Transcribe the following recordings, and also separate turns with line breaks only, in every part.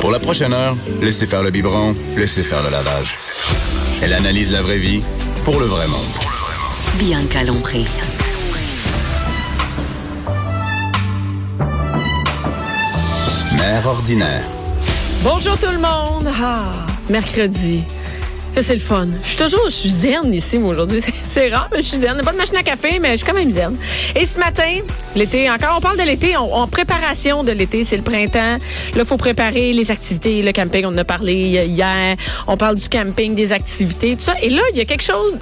Pour la prochaine heure, laissez faire le biberon, laissez faire le lavage. Elle analyse la vraie vie pour le vrai monde.
Bianca Lompré.
Mère ordinaire.
Bonjour tout le monde. Ah, mercredi. Ça, C'est le fun. Je suis toujours je suis zen ici, moi, aujourd'hui. C'est- C'est rare, mais je suis zen. J'ai Pas de machine à café, mais je suis quand même zen. Et ce matin, l'été, encore, on parle de l'été, on- en préparation de l'été. C'est le printemps. Là, il faut préparer les activités, le camping, on en a parlé hier. On parle du camping, des activités, tout ça. Et là, il y a quelque chose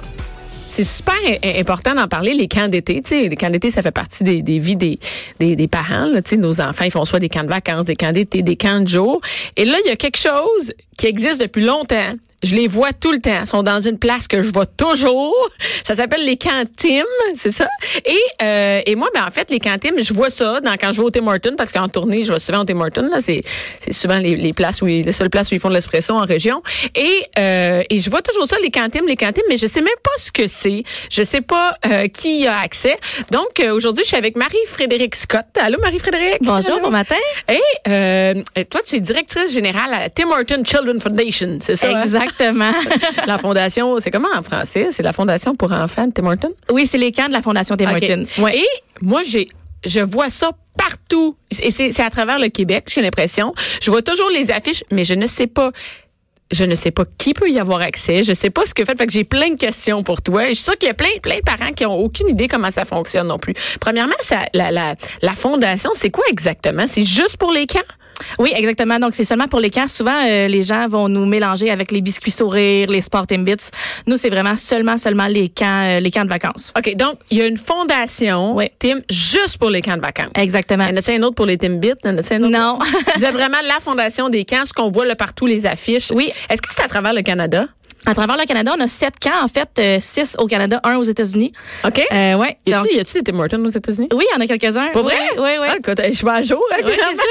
c'est super i- important d'en parler, les camps d'été. Tu sais, les camps d'été, ça fait partie des, des vies des, des, des parents. Là. Tu sais, nos enfants, ils font soit des camps de vacances, des camps d'été, des camps de jour. Et là, il y a quelque chose qui existe depuis longtemps. Je les vois tout le temps. Ils sont dans une place que je vois toujours. Ça s'appelle les camps Tim, c'est ça? Et, euh, et moi, ben, en fait, les camps Tim, je vois ça dans, quand je vais au Tim Hortons, parce qu'en tournée, je vais souvent au Tim Hortons. Là, c'est, c'est souvent les, les places où, ils- les seules places où ils font de l'espresso en région. Et, euh, et je vois toujours ça, les cantines, les cantines, mais je sais même pas ce que c'est. Je sais pas euh, qui y a accès. Donc, euh, aujourd'hui, je suis avec Marie-Frédéric Scott. Allô, Marie-Frédéric?
Bonjour,
Allô?
bon matin.
Et euh, toi, tu es directrice générale à la Tim Horton Children Foundation, c'est ça? hein?
Exactement.
la fondation, c'est comment en français? C'est la fondation pour enfants de Tim Horton?
oui, c'est les camps de la Fondation Tim
OK.
Hortons.
Et moi, j'ai, je vois ça partout. Et c'est, c'est à travers le Québec, j'ai l'impression. Je vois toujours les affiches, mais je ne sais pas. Je ne sais pas qui peut y avoir accès. Je sais pas ce que fait. Fait que j'ai plein de questions pour toi. Et je suis sûre qu'il y a plein, plein de parents qui ont aucune idée comment ça fonctionne non plus. Premièrement, ça, la, la, la fondation, c'est quoi exactement? C'est juste pour les camps?
Oui, exactement. Donc, c'est seulement pour les camps. Souvent, euh, les gens vont nous mélanger avec les biscuits sourires, les Sport Timbits. Nous, c'est vraiment seulement, seulement les camps, euh, les camps de vacances.
OK. Donc, il y a une fondation,
Oui.
Tim, juste pour les camps de vacances.
Exactement.
Y en a un autre pour les Timbits? Y en a un autre?
Non.
Vous êtes vraiment la fondation des camps, ce qu'on voit là partout, les affiches.
Oui.
Est-ce que c'est à travers le Canada?
à travers le Canada, on a sept camps, en fait, euh, six au Canada, un aux États-Unis.
OK.
Euh, ouais.
y
Donc-
a-tu y a-tu des Tim Hortons aux États-Unis?
oui, il y en a quelques-uns.
Pas vrai?
Oui, oui. oui.
Ah, écoute, je suis à jour. hein,
Oui, c'est
clairement.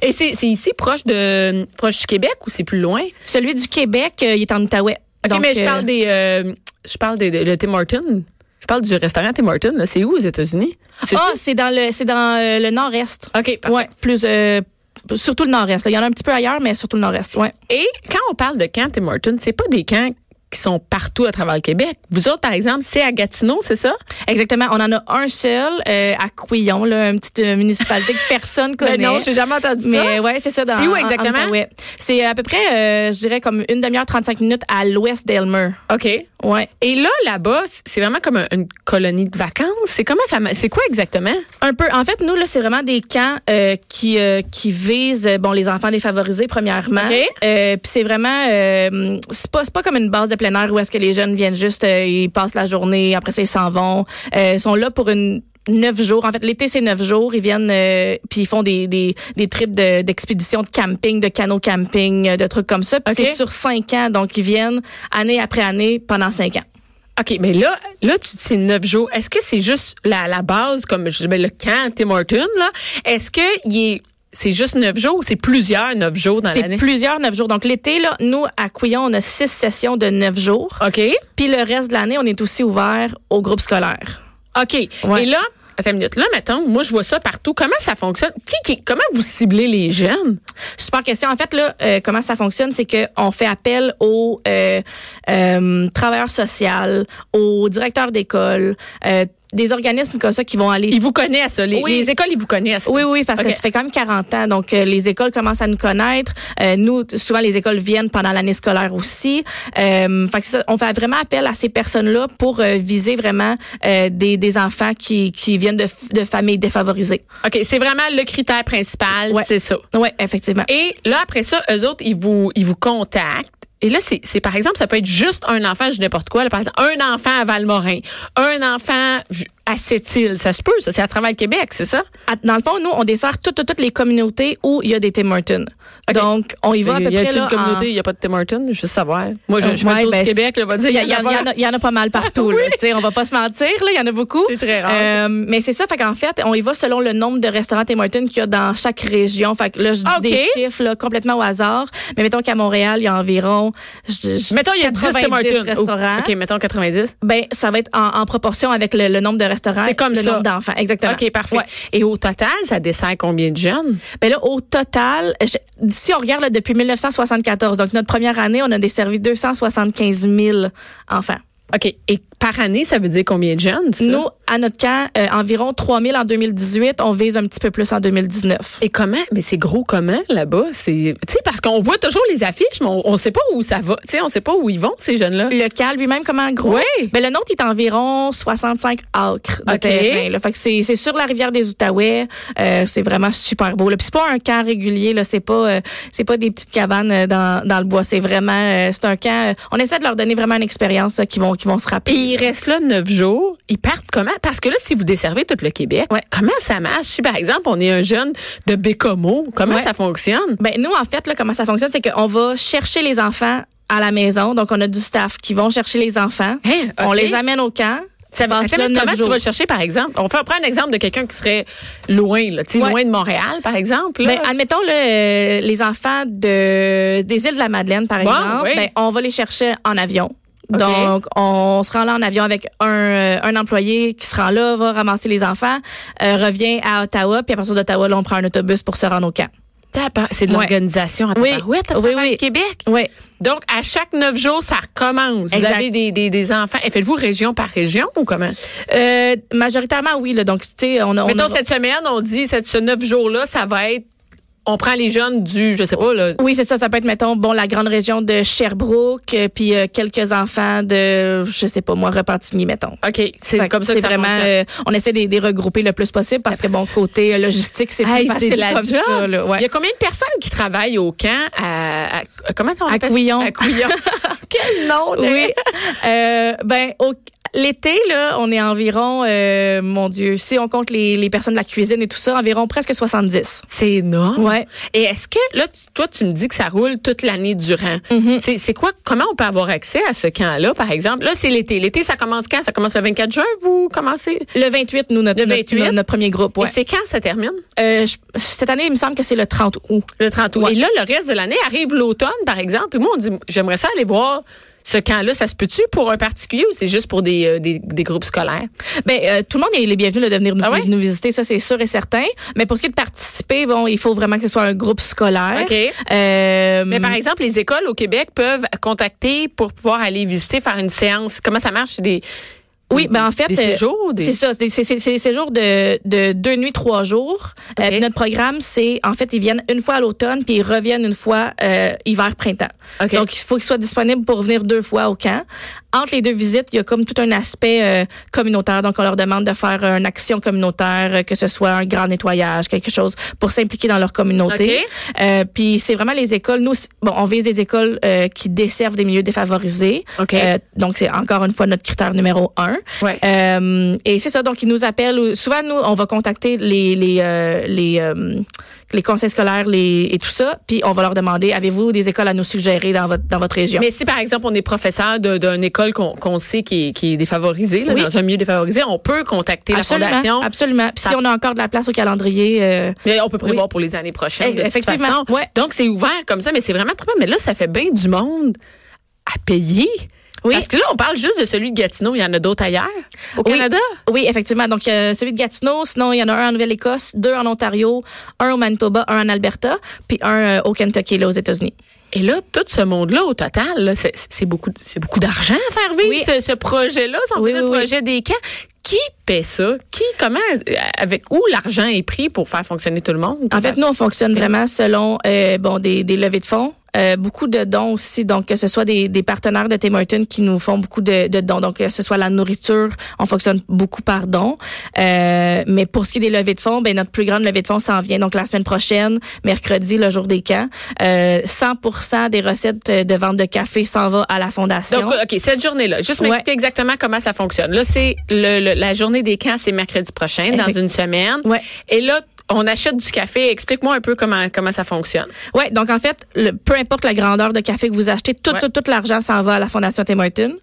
Et c'est c'est ici, proche de proche du Québec ou c'est plus loin? OK,
Celui du Québec, euh, il est en Outaouais. Donc,
mais je
euh,
parle des... euh, je parle des, de- le Tim Hortons. Je parle du restaurant Tim Hortons. là. C'est où aux États-Unis? C'est-
Ah, c'est dans le, c'est dans euh, le Nord-Est.
OK, parfait.
Ouais, plus, euh, surtout le Nord-Est. là. Il y en a un petit peu ailleurs, mais surtout le Nord-Est. Ouais.
Et quand on parle de camps Tim Hortons, c'est pas des camps qui sont partout à travers le Québec. Vous autres, par exemple, c'est à Gatineau, c'est ça?
Exactement. On en a un seul euh, à Couillon, là, une petite euh, municipalité que personne connaît.
Ben non, j'ai jamais entendu ça.
Mais ouais, c'est ça. dans-
C'est où
en- en
exactement?
Outaouais. C'est à peu près, euh, je dirais, comme une demi-heure, 35 minutes à l'ouest d'Elmer.
OK.
Ouais.
Et là, là-bas, c'est vraiment comme un- une colonie de vacances. C'est comment ça, ma- c'est quoi exactement?
Un peu. En fait, nous, là, c'est vraiment des camps euh, qui, euh, qui visent euh, bon, les enfants défavorisés, premièrement.
OK.
Euh, Puis c'est vraiment. euh, c'est pas, c'est pas comme une base de plein air où est-ce que les jeunes viennent juste, euh, ils passent la journée, après ça, ils s'en vont. Euh, ils sont là pour une. Neuf jours. En fait, l'été, c'est neuf jours. Ils viennent, euh, puis ils font des, des, des trips de- d'expédition, de camping, de canot camping, euh, de trucs comme ça. Puis
OK.
c'est sur cinq ans. Donc, ils viennent année après année pendant cinq ans.
OK, mais là, là, tu dis c'est neuf jours. Est-ce que c'est juste la, la base, comme je dis, ben, le camp Tim Hortons, là? Est-ce que il est, c'est juste neuf jours ou c'est plusieurs neuf jours dans
C'est
l'année?
plusieurs neuf jours. Donc, l'été, là, nous, à Couillon, on a six sessions de neuf jours.
OK.
Puis le reste de l'année, on est aussi ouvert aux groupes scolaires.
OK.
Ouais.
Et là, attends une minute. Là, mettons, moi, je vois ça partout. Comment ça fonctionne? Qui, qui, comment vous ciblez les jeunes?
Super question. En fait, là, euh, comment ça fonctionne, c'est qu'on fait appel aux euh, euh, travailleurs sociaux, aux directeurs d'école, euh, des organismes comme ça qui vont aller
Ils vous connaissent, ça. Les,
Oui.
les écoles, ils vous connaissent.
Oui, oui, parce
OK.
que ça fait quand même 40 ans. Donc, euh, les écoles commencent à nous connaître. Euh, nous, t- souvent, les écoles viennent pendant l'année scolaire aussi. Euh, fait que c'est ça, on fait vraiment appel à ces personnes-là pour euh, viser vraiment euh, des, des enfants qui, qui viennent de, f- de familles défavorisées.
OK, c'est vraiment le critère principal,
Ouais.
c'est ça.
Oui, effectivement.
Et là, après ça, eux autres, ils vous, ils vous contactent. Et là, c'est, c'est, par exemple, ça peut être juste un enfant, je dis n'importe quoi. là, par exemple, un enfant à Valmorin, un enfant ju- à Sept-Îles. Ça se peut, ça. C'est à travers le Québec, c'est ça?
À- Dans le fond, nous, on dessert toutes, toutes, toutes les communautés où il y a des Tim Hortons. Donc, on y va à peu près là, en-
il n'y a pas de Tim Hortons? Je veux savoir. Moi,
je- je fais le
ben,
tour du Québec,
là, va
Il y, a- il y en a- il y en a pas mal partout. là. Tu sais, On va pas se mentir, là, il y en a beaucoup.
C'est très rare.
Euh, mais c'est ça, fait qu'en fait, on y va selon le nombre de restaurants Tim Hortons qu'il y a dans chaque région. Fait que là, je dis
OK.
des chiffres là, complètement au hasard. Mais mettons qu'à Montréal, il y a environ... je- je-
Mettons, il y a 10 Tim
90
Hortons.
restaurants.
OK, mettons 90.
Ben, ça va être en, en proportion avec le, le nombre de restaurants.
C'est comme
le
ça.
nombre d'enfants, exactement.
OK, parfait.
Ouais.
Et au total, ça dessert combien de jeunes?
Ben là, au total, je- si on regarde là, depuis 1974, donc notre première année, on a desservi 275 000 enfants.
OK. Et par année, ça veut dire combien de jeunes? ça?
Nous, à notre camp, euh, environ 3 000 en 2018. On vise un petit peu plus en 2019.
Et comment? Mais c'est gros comment là-bas? C'est, tu sais, parce qu'on voit toujours les affiches, mais on, on sait pas où ça va. Tu sais, on sait pas où ils vont, ces jeunes-là.
Le cal lui-même, comment gros?
Oui.
Ben, le nôtre est environ 65 acres de
OK.
terrain. Là. Fait que c'est, c'est sur la rivière des Outaouais. Euh, c'est vraiment super beau. Là. Puis c'est pas un camp régulier. Là. C'est pas euh, c'est pas des petites cabanes euh, dans, dans le bois. C'est vraiment euh, c'est un camp. euh, on essaie de leur donner vraiment une expérience là, qui vont qui vont se
Et
rappeler.
ils restent là neuf jours. Ils partent comment? Parce que là, si vous desservez tout le Québec,
Ouais.
comment ça marche? Si, par exemple, on est un jeune de Bécomo, comment
Ouais.
ça fonctionne?
Ben nous en fait là, comment ça fonctionne, c'est qu'on va chercher les enfants à la maison. Donc on a du staff qui vont chercher les enfins.
Hein,
On
OK.
les amène au camp.
Ça va,
Passe
attends,
là
mais
neuf
comment tu
jours.
vas le chercher, par exemple? On fait prendre un exemple de quelqu'un qui serait loin, là, tu sais,
Ouais.
loin de Montréal, par exemple. là.
Ben, admettons là, euh, les enfants de, des îles de la Madeleine, par
Bon,
exemple,
oui.
ben, on va les chercher en avion.
OK.
Donc, on se rend là en avion avec un, euh, un employé qui se rend là, va ramasser les enfants, euh, revient à Ottawa, puis à partir d'Ottawa, là, on prend un autobus pour se rendre au camp.
Tabar- c'est de
Ouais.
l'organisation à
Oui.
tabarouette, à
Oui,
travers
oui.
le Québec.
Oui.
Donc, à chaque neuf jours, ça recommence. Vous
Exact.
avez des, des, des enfants. Et faites-vous région par région ou comment?
Euh, majoritairement, oui. Là, donc, tu sais, on a... on
Mettons,
a-
cette semaine, on dit, cette, ce neuf jours-là, ça va être, on prend les jeunes du, je sais pas, là.
Oui, c'est ça. Ça peut être, mettons, bon, la grande région de Sherbrooke, euh, puis euh, quelques enfants de, je sais pas moi, Repentigny, mettons.
OK.
Fait
C'est
que
comme ça que
c'est
ça
vraiment.
fonctionne.
euh, on essaie de de les regrouper le plus possible parce que bon côté euh, logistique c'est plus
Hey,
facile comme
job.
ça. là, ouais.
Il y a combien de personnes qui travaillent au camp à, à- à- comment on
À
appelle ça?
Couillon.
À Couillon. Quel nom, de-
Oui. Euh, ben au- L'été, là, on est environ, euh, mon Dieu, si on compte les, les personnes de la cuisine et tout ça, environ presque 70.
C'est énorme.
Ouais.
Et est-ce que, là, tu- toi, tu me dis que ça roule toute l'année durant. C'est- C'est quoi, comment on peut avoir accès à ce camp-là, par exemple? Là, c'est l'été. L'été, ça commence quand? Ça commence le 24 juin, vous commencez?
Le 28, nous, notre,
Le
notre-
28?
notre, premier groupe. ouais.
Et c'est quand ça termine?
Euh, je- cette année, il me semble que c'est le 30 août.
Le 30 août.
Ouais.
Et là, le reste de l'année arrive l'automne, par exemple. Et moi, on dit, j'aimerais ça aller voir ce camp-là. Ça se peut-tu pour un particulier ou c'est juste pour des, euh, des, des groupes scolaires?
Ben, euh, tout le monde est les bienvenus là, de venir nous,
Ah ouais?
nous visiter, ça c'est sûr et certain. Mais pour ce qui est de participer, bon, il faut vraiment que ce soit un groupe scolaire.
OK.
Euh,
Mais par exemple, les écoles au Québec peuvent contacter pour pouvoir aller visiter, faire une séance. Comment ça marche? C'est Des,
Oui, ben en fait,
des
euh,
séjours, des-
c'est ça, des- c'est c'est- c'est des séjours de, de deux nuits, trois jours. Euh,
Ok.
puis notre programme, c'est en fait, ils viennent une fois à l'automne, puis ils reviennent une fois euh, hiver, printemps.
Ok.
Donc il faut qu'ils soient disponibles pour venir deux fois au camp. Entre les deux visites, il y a comme tout un aspect euh, communautaire. Donc on leur demande de faire une action communautaire, euh, que ce soit un grand nettoyage, quelque chose pour s'impliquer dans leur communauté. Euh, puis c'est vraiment les écoles. Nous, c'est- bon, on vise des écoles euh, qui desservent des milieux défavorisés.
Ok.
Euh, donc c'est encore une fois notre critère numéro un.
Ouais.
Euh, et c'est ça, donc ils nous appellent. ou- Souvent, nous, on va contacter les les euh, les, euh, les conseils scolaires les, et tout ça, puis on va leur demander avez-vous des écoles à nous suggérer dans votre dans votre région
Mais si, par exemple, on est professeur de- d'une école qu'on qu'on sait qui est, qui est défavorisée, là,
Oui.
dans un milieu défavorisé, on peut contacter la
Absolument,
fondation.
absolument. Puis
Ça-
si on a encore de la place au calendrier, euh,
Mais on peut prévoir
Oui.
pour les années prochaines. de toute
Effectivement.
façon.
Ouais.
Donc, c'est ouvert comme ça, mais c'est vraiment très bien. Mais là, ça fait bien du monde à payer.
Oui.
Parce que là, on parle juste de celui de Gatineau. Il y en a d'autres ailleurs. Au
Oui.
Canada?
Oui, effectivement. Donc, euh, celui de Gatineau, sinon, il y en a un en Nouvelle-Écosse, deux en Ontario, un au Manitoba, un en Alberta, puis un euh, au Kentucky, là, aux États-Unis.
Et là, tout ce monde-là, au total, là, c'est c'est beaucoup, c'est beaucoup d'argent à faire vivre,
Oui.
ce, ce projet-là, son
Oui,
petit
oui, oui.
projet des camps. Qui paie ça? Qui, comment, euh, avec où l'argent est pris pour faire fonctionner tout le monde?
En fait, nous, on fonctionne vraiment selon euh, bon des, des levées de fonds. euh, beaucoup de dons aussi, donc que ce soit des, des partenaires de Tim Hortons qui nous font beaucoup de, de dons, donc que ce soit la nourriture, on fonctionne beaucoup par dons. Euh, mais pour ce qui est des levées de fonds, ben notre plus grande levée de fonds s'en vient donc la semaine prochaine, mercredi, le jour des camps. Euh, 100% des recettes de vente de café s'en va à la fondation.
Donc, OK, cette journée-là, juste m'expliquer exactement comment ça fonctionne. Là, c'est le- le- la journée des camps, c'est mercredi prochain, dans
Effect-
une semaine.
Eh. Ouais.
Et là, on achète du café. Explique-moi un peu comment, comment ça fonctionne.
Ouais, donc en fait, le, peu importe la grandeur de café que vous achetez, tout,
Ouais.
tout, tout l'argent s'en va à la Fondation Tim Hortons.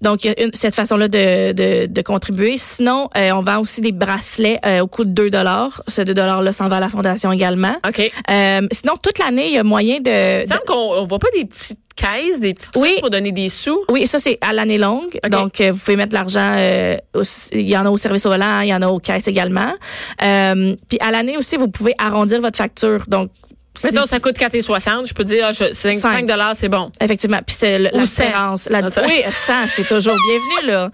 Donc, il y a une- cette façon-là de, de, de contribuer. Sinon, euh, on vend aussi des bracelets euh, au coût de 2 Ce 2 $-là s'en va à la Fondation également.
OK.
Euh, sinon, toute l'année, il y a moyen de...
Il me semble qu'on on voit pas des petites caisses, des petites
Oui.
trucs pour donner des sous.
Oui, ça c'est à l'année longue.
Ok.
Donc euh, vous pouvez mettre l'argent. euh, au- il y en a au service au volant, il y en a aux caisses également. Euh, puis à l'année aussi, vous pouvez arrondir votre facture. Donc si-
Mettons, ça coûte 4,60. Je peux dire, ah, je- cinq-
Cinq.
5 dollars, c'est bon.
Effectivement. Puis c'est le- la
Ou
différence. La, Ah.
Ah, ça-
oui, 100, c'est toujours bienvenu là.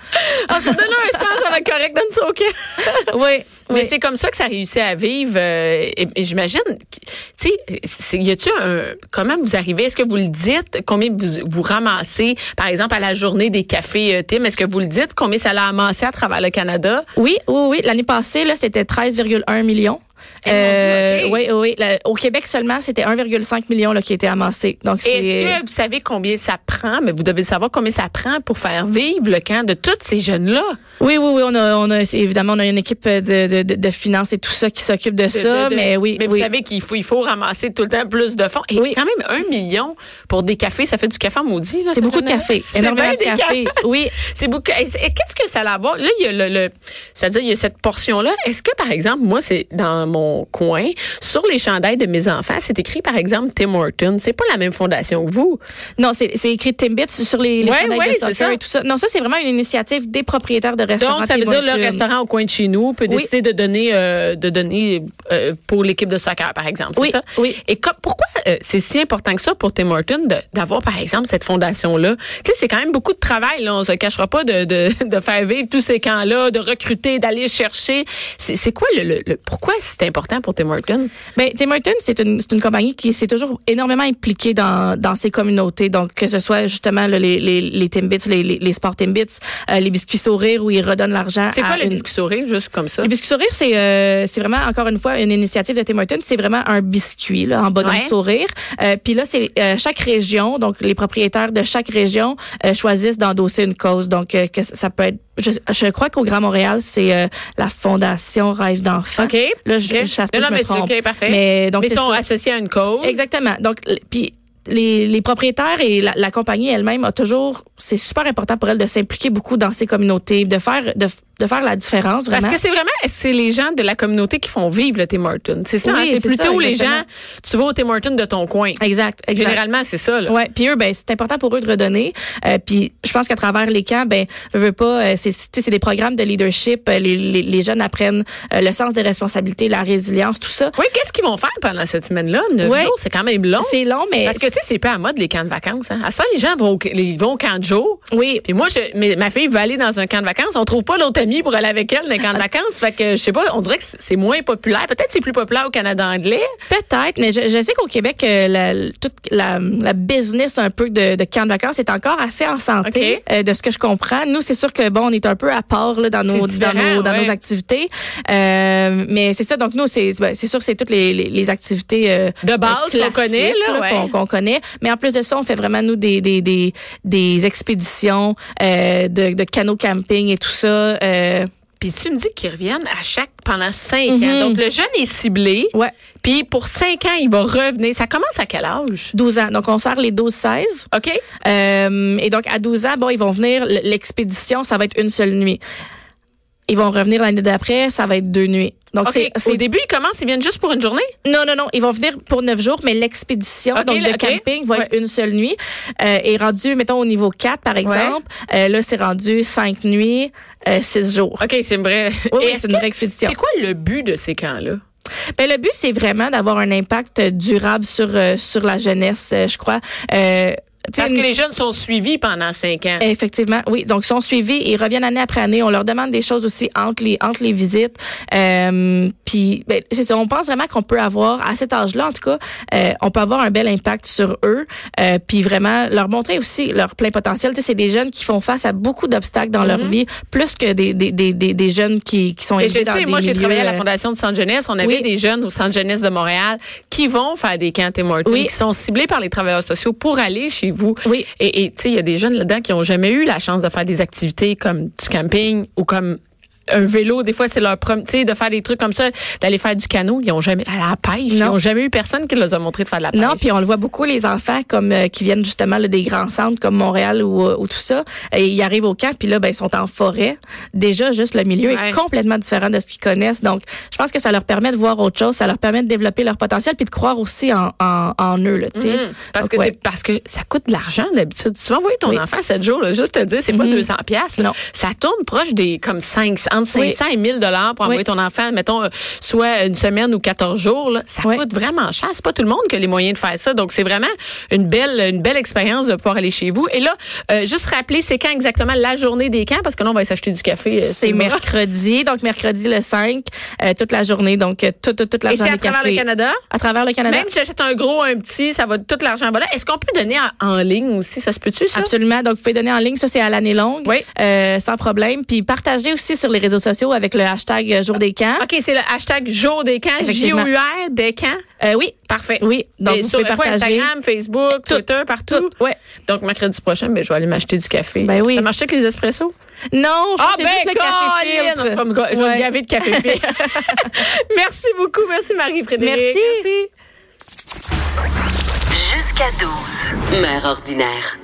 Ah, Donne-le un sens, ça va être correct. Donne ça au cœur.
Oui,
Mais
oui.
c'est comme ça que ça réussit à vivre. euh, et, et j'imagine, que- tu sais, c'est- y a-tu un comment vous arrivez Est-ce que vous le dites Combien vous, vous ramassez Par exemple, à la journée des cafés euh, Tim, est-ce que vous le dites Combien ça l'a amassé à travers le Canada
Oui, oui, oui. L'année passée, là, c'était 13,1 millions. Euh,
Eh, mon Dieu, ok.
oui, oui, oui. Le- au Québec seulement, c'était 1,5 million là, qui a été amassé. Donc,
Et
c'est.
Est-ce que vous savez combien ça prend Mais vous devez le savoir combien ça prend pour faire vivre le camp de tous ces jeunes là.
Oui, oui, oui. On a, on a, c'est- évidemment, on a une équipe de, de, de, de finances et tout ça qui s'occupe de, ça. mais oui,
mais
oui.
vous savez qu'il faut, il faut ramasser tout le temps plus de fonds. Et
Oui.
quand même un million pour des cafés, ça fait du café en maudit. là,
c'est
cette
beaucoup de
journée-là.
café.
C'est
Énormément
bien
de
des
café. Oui.
C'est beaucoup. Et c'est- et qu'est-ce que ça a à voir? Là, il y a le, le- c'est-à-dire, il y a cette portion-là. Est-ce que, par exemple, moi, c'est dans mon coin, sur les chandails de mes enfants, c'est écrit, par exemple, Tim Horton. C'est pas la même fondation que vous.
Non, c'est c'est écrit Timbits sur les, les
Ouais,
chandails
ouais,
de
c'est
soccer
ça.
et tout ça. Non, ça, c'est vraiment une initiative des propriétaires de restaurants.
Donc, ça veut
Tim
dire le
Hortons.
restaurant au coin de chez nous peut
Oui.
décider de donner, euh, de donner euh, pour l'équipe de soccer, par exemple. c'est
Oui,
ça?
oui.
Et comme- pourquoi euh, c'est si important que ça pour Tim Horton de- d'avoir, par exemple, cette fondation-là? Tu sais, c'est quand même beaucoup de travail. Là, on se cachera pas de, de, de faire vivre tous ces camps-là, de recruter, d'aller chercher. C'est c'est quoi le, le- le- pourquoi c'est important pour Tim Horton?
Ben, Tim Hortons, c'est une, c'est une compagnie qui s'est toujours énormément impliquée dans, dans ses communautés. Donc, que ce soit justement là, les, les, les Timbits, les, les, les sports Timbits, euh, les biscuits sourires où ils redonnent l'argent.
C'est
à
quoi le
une-
biscuit souris, juste comme ça?
Le biscuit sourire, c'est euh, c'est vraiment encore une fois une initiative de Tim Hortons. C'est vraiment un biscuit là, en bonhomme
Ouais.
sourire. Euh, Puis là, c'est euh, chaque région, donc les propriétaires de chaque région euh, choisissent d'endosser une cause. Donc euh, que ça peut être, je, je crois qu'au Grand Montréal, c'est euh, la Fondation Rêve d'enfants.
OK.
Là, je,
Ok.
ça se peut
Non,
que
non, mais
je me
c'est
trompe.
OK, parfait.
Mais donc
Mais
c'est
ils sont
ça.
associés à une cause.
Exactement. Donc, l- puis les, les propriétaires et la, la compagnie elle-même a toujours, c'est super important pour elle de s'impliquer beaucoup dans ces communautés, de faire de, f- de faire la différence vraiment.
Parce que c'est vraiment, c'est les gens de la communauté qui font vivre le Tim Hortons. C'est ça,
Oui,
hein?
c'est
c'est plutôt
ça,
les
exactement.
gens, tu vas au Tim Hortons de ton coin.
Exact, exact.
Généralement, c'est ça. Là.
Ouais, puis eux, ben c'est important pour eux de redonner. Euh, puis je pense qu'à travers les camps, ben veux, veux pas, euh, c'est tu sais, c'est des programmes de leadership. Euh, Les, les, les jeunes apprennent euh, le sens des responsabilités, la résilience, tout ça.
Oui, qu'est-ce qu'ils vont faire pendant cette semaine-là? Neuf
Ouais.
jours, c'est quand même long.
C'est long, mais
Parce que, tu sais, c'est pas à mode les camps de vacances. Hein? À ça, les gens vont, au- ils vont au camp de jour.
oui,
Puis moi, je, mais ma fille veut aller dans un camp de vacances. On trouve pas l'autre amie pour aller avec elle dans les camps de
Ah.
vacances. Fait que, je sais pas, on dirait que c'est moins populaire. Peut-être que c'est plus populaire au Canada anglais.
Peut-être, mais je, je sais qu'au Québec, euh, la, toute la, la business un peu de, de camp de vacances est encore assez en santé,
OK.
euh, de ce que je comprends. Nous, c'est sûr que bon, on est un peu à part là, dans nos
C'est
dans
différent,
nos, dans
ouais.
nos activités, Euh, mais c'est ça. Donc nous, c'est ben, c'est sûr, que c'est toutes les, les, les activités euh,
De base,
euh,
qu'on connaît,
classiques,
là, ouais.
qu'on- qu'on connaît. Mais en plus de ça, on fait vraiment nous des des, des, des expéditions euh, de, de canot camping et tout ça. Euh,
Puis tu me dis qu'ils reviennent à chaque pendant cinq ans. Donc le jeune est ciblé.
Mm-hmm. ouais,
Puis pour cinq ans, il va revenir. Ça commence à quel âge?
12 ans. Donc on sert les 12-16.
OK?
Euh, et donc, à 12 ans, bon, ils vont venir. L- L'expédition, ça va être une seule nuit. Ils vont revenir l'année d'après, ça va être deux nuits. Donc,
OK.
c'est- c'est
Au début, ils commencent, ils viennent juste pour une journée?
non, non, non. Ils vont venir pour neuf jours, mais l'expédition
Ok,
donc de
là, ok.
camping va être une seule nuit. Euh, et rendu, mettons, au niveau 4, par exemple, euh, là, c'est rendu cinq nuits, euh, six jours.
OK, c'est vrai.
Oui, oui, c'est une vraie expédition.
C'est quoi le but de ces camps-là?
Ben, le but, c'est vraiment d'avoir un impact durable sur, euh, sur la jeunesse, euh, je crois. Euh, tu sais,
Parce
une-
que les jeunes sont suivis pendant cinq ans.
Effectivement, oui. Donc, ils sont suivis et ils reviennent année après année. On leur demande des choses aussi entre les, entre les visites. Euh, puis, ben, c'est ça. On pense vraiment qu'on peut avoir, à cet âge-là, en tout cas, euh, on peut avoir un bel impact sur eux. Euh, puis vraiment, leur montrer aussi leur plein potentiel. Tu sais, c'est des jeunes qui font face à beaucoup d'obstacles dans
Mm-hmm.
leur vie, plus que des, des, des, des, des jeunes qui, qui sont
Et
élevés
je
dans
sais,
des
moi, j'ai
milieux,
travaillé à la
euh,
Fondation du Centre Jeunesse. On avait
oui.
des jeunes au Centre Jeunesse de Montréal qui vont faire des camps Tim Hortons,
Oui.
qui sont ciblés par les travailleurs sociaux pour aller chez vous.
Oui.
Et et, tu sais, il y a des jeunes là-dedans qui n'ont jamais eu la chance de faire des activités comme du camping ou comme un vélo, des fois, c'est leur premier, tu sais, de faire des trucs comme ça, d'aller faire du canot. Ils ont jamais, à la pêche. Ils
Non.
ont jamais eu personne qui les a montré de faire de la pêche.
Non, puis on le voit beaucoup, les enfants comme euh, qui viennent justement là, des grands centres comme Montréal ou, euh, ou tout ça. Et ils arrivent au camp, puis là, ben, ils sont en forêt. Déjà, juste le milieu
Ouais.
est complètement différent de ce qu'ils connaissent. Donc, je pense que ça leur permet de voir autre chose, ça leur permet de développer leur potentiel, puis de croire aussi en, en, en eux. Là, tu sais.
Mhm. Parce
Donc,
que
ouais.
c'est parce que ça coûte de l'argent d'habitude. Tu vas envoyer ton
Oui.
enfant 7 jours, là, juste te dire, c'est
Mhm.
pas 200 pièces.
Non.
Ça tourne proche des comme 5, entre 500
Oui.
et 1000 dollars pour
Oui.
envoyer ton enfant, mettons, euh, soit une semaine ou 14 jours. là. Ça
Oui.
coûte vraiment cher. C'est pas tout le monde qui a les moyens de faire ça. Donc, c'est vraiment une belle, une belle expérience de pouvoir aller chez vous. Et là, euh, juste rappeler, c'est quand exactement la journée des camps? Parce que là, on va aller s'acheter du café. euh,
C'est
sur le bras.
mercredi, donc mercredi le 5, euh, toute la journée, donc euh, tout, tout, toute la
Et c'est
journée.
à travers
café.
le Canada?
À travers le Canada.
Même si j'achète un gros, un petit, ça va tout l'argent va là. Est-ce qu'on peut donner en, en ligne aussi? Ça se peut-tu, ça?
Absolument. Donc, vous pouvez donner en ligne. Ça, c'est à l'année longue.
Oui.
Euh, sans problème. Puis, partagez aussi sur les réseaux sociaux avec le hashtag euh, Jour des camps.
OK, c'est le hashtag jour des camps,
Effectivement.
J-O-U-R des camps.
Euh, oui.
Parfait.
Oui. Donc,
Et
vous
sur
pouvez
quoi,
partager.
Instagram, Facebook,
Tout.
Twitter, partout.
Tout, ouais.
Donc, mercredi prochain, ben, je vais aller m'acheter du café.
Ben oui.
Ça marche avec les espressos?
Non, je pense que c'est juste le café
Ah, ben, Colin!
filtre.
Je vais me ga- je vais me
Ouais.
gaver de café filtre. Merci beaucoup. Merci, Marie-Frédéric.
Merci.
Merci.
Jusqu'à 12. Mère ordinaire.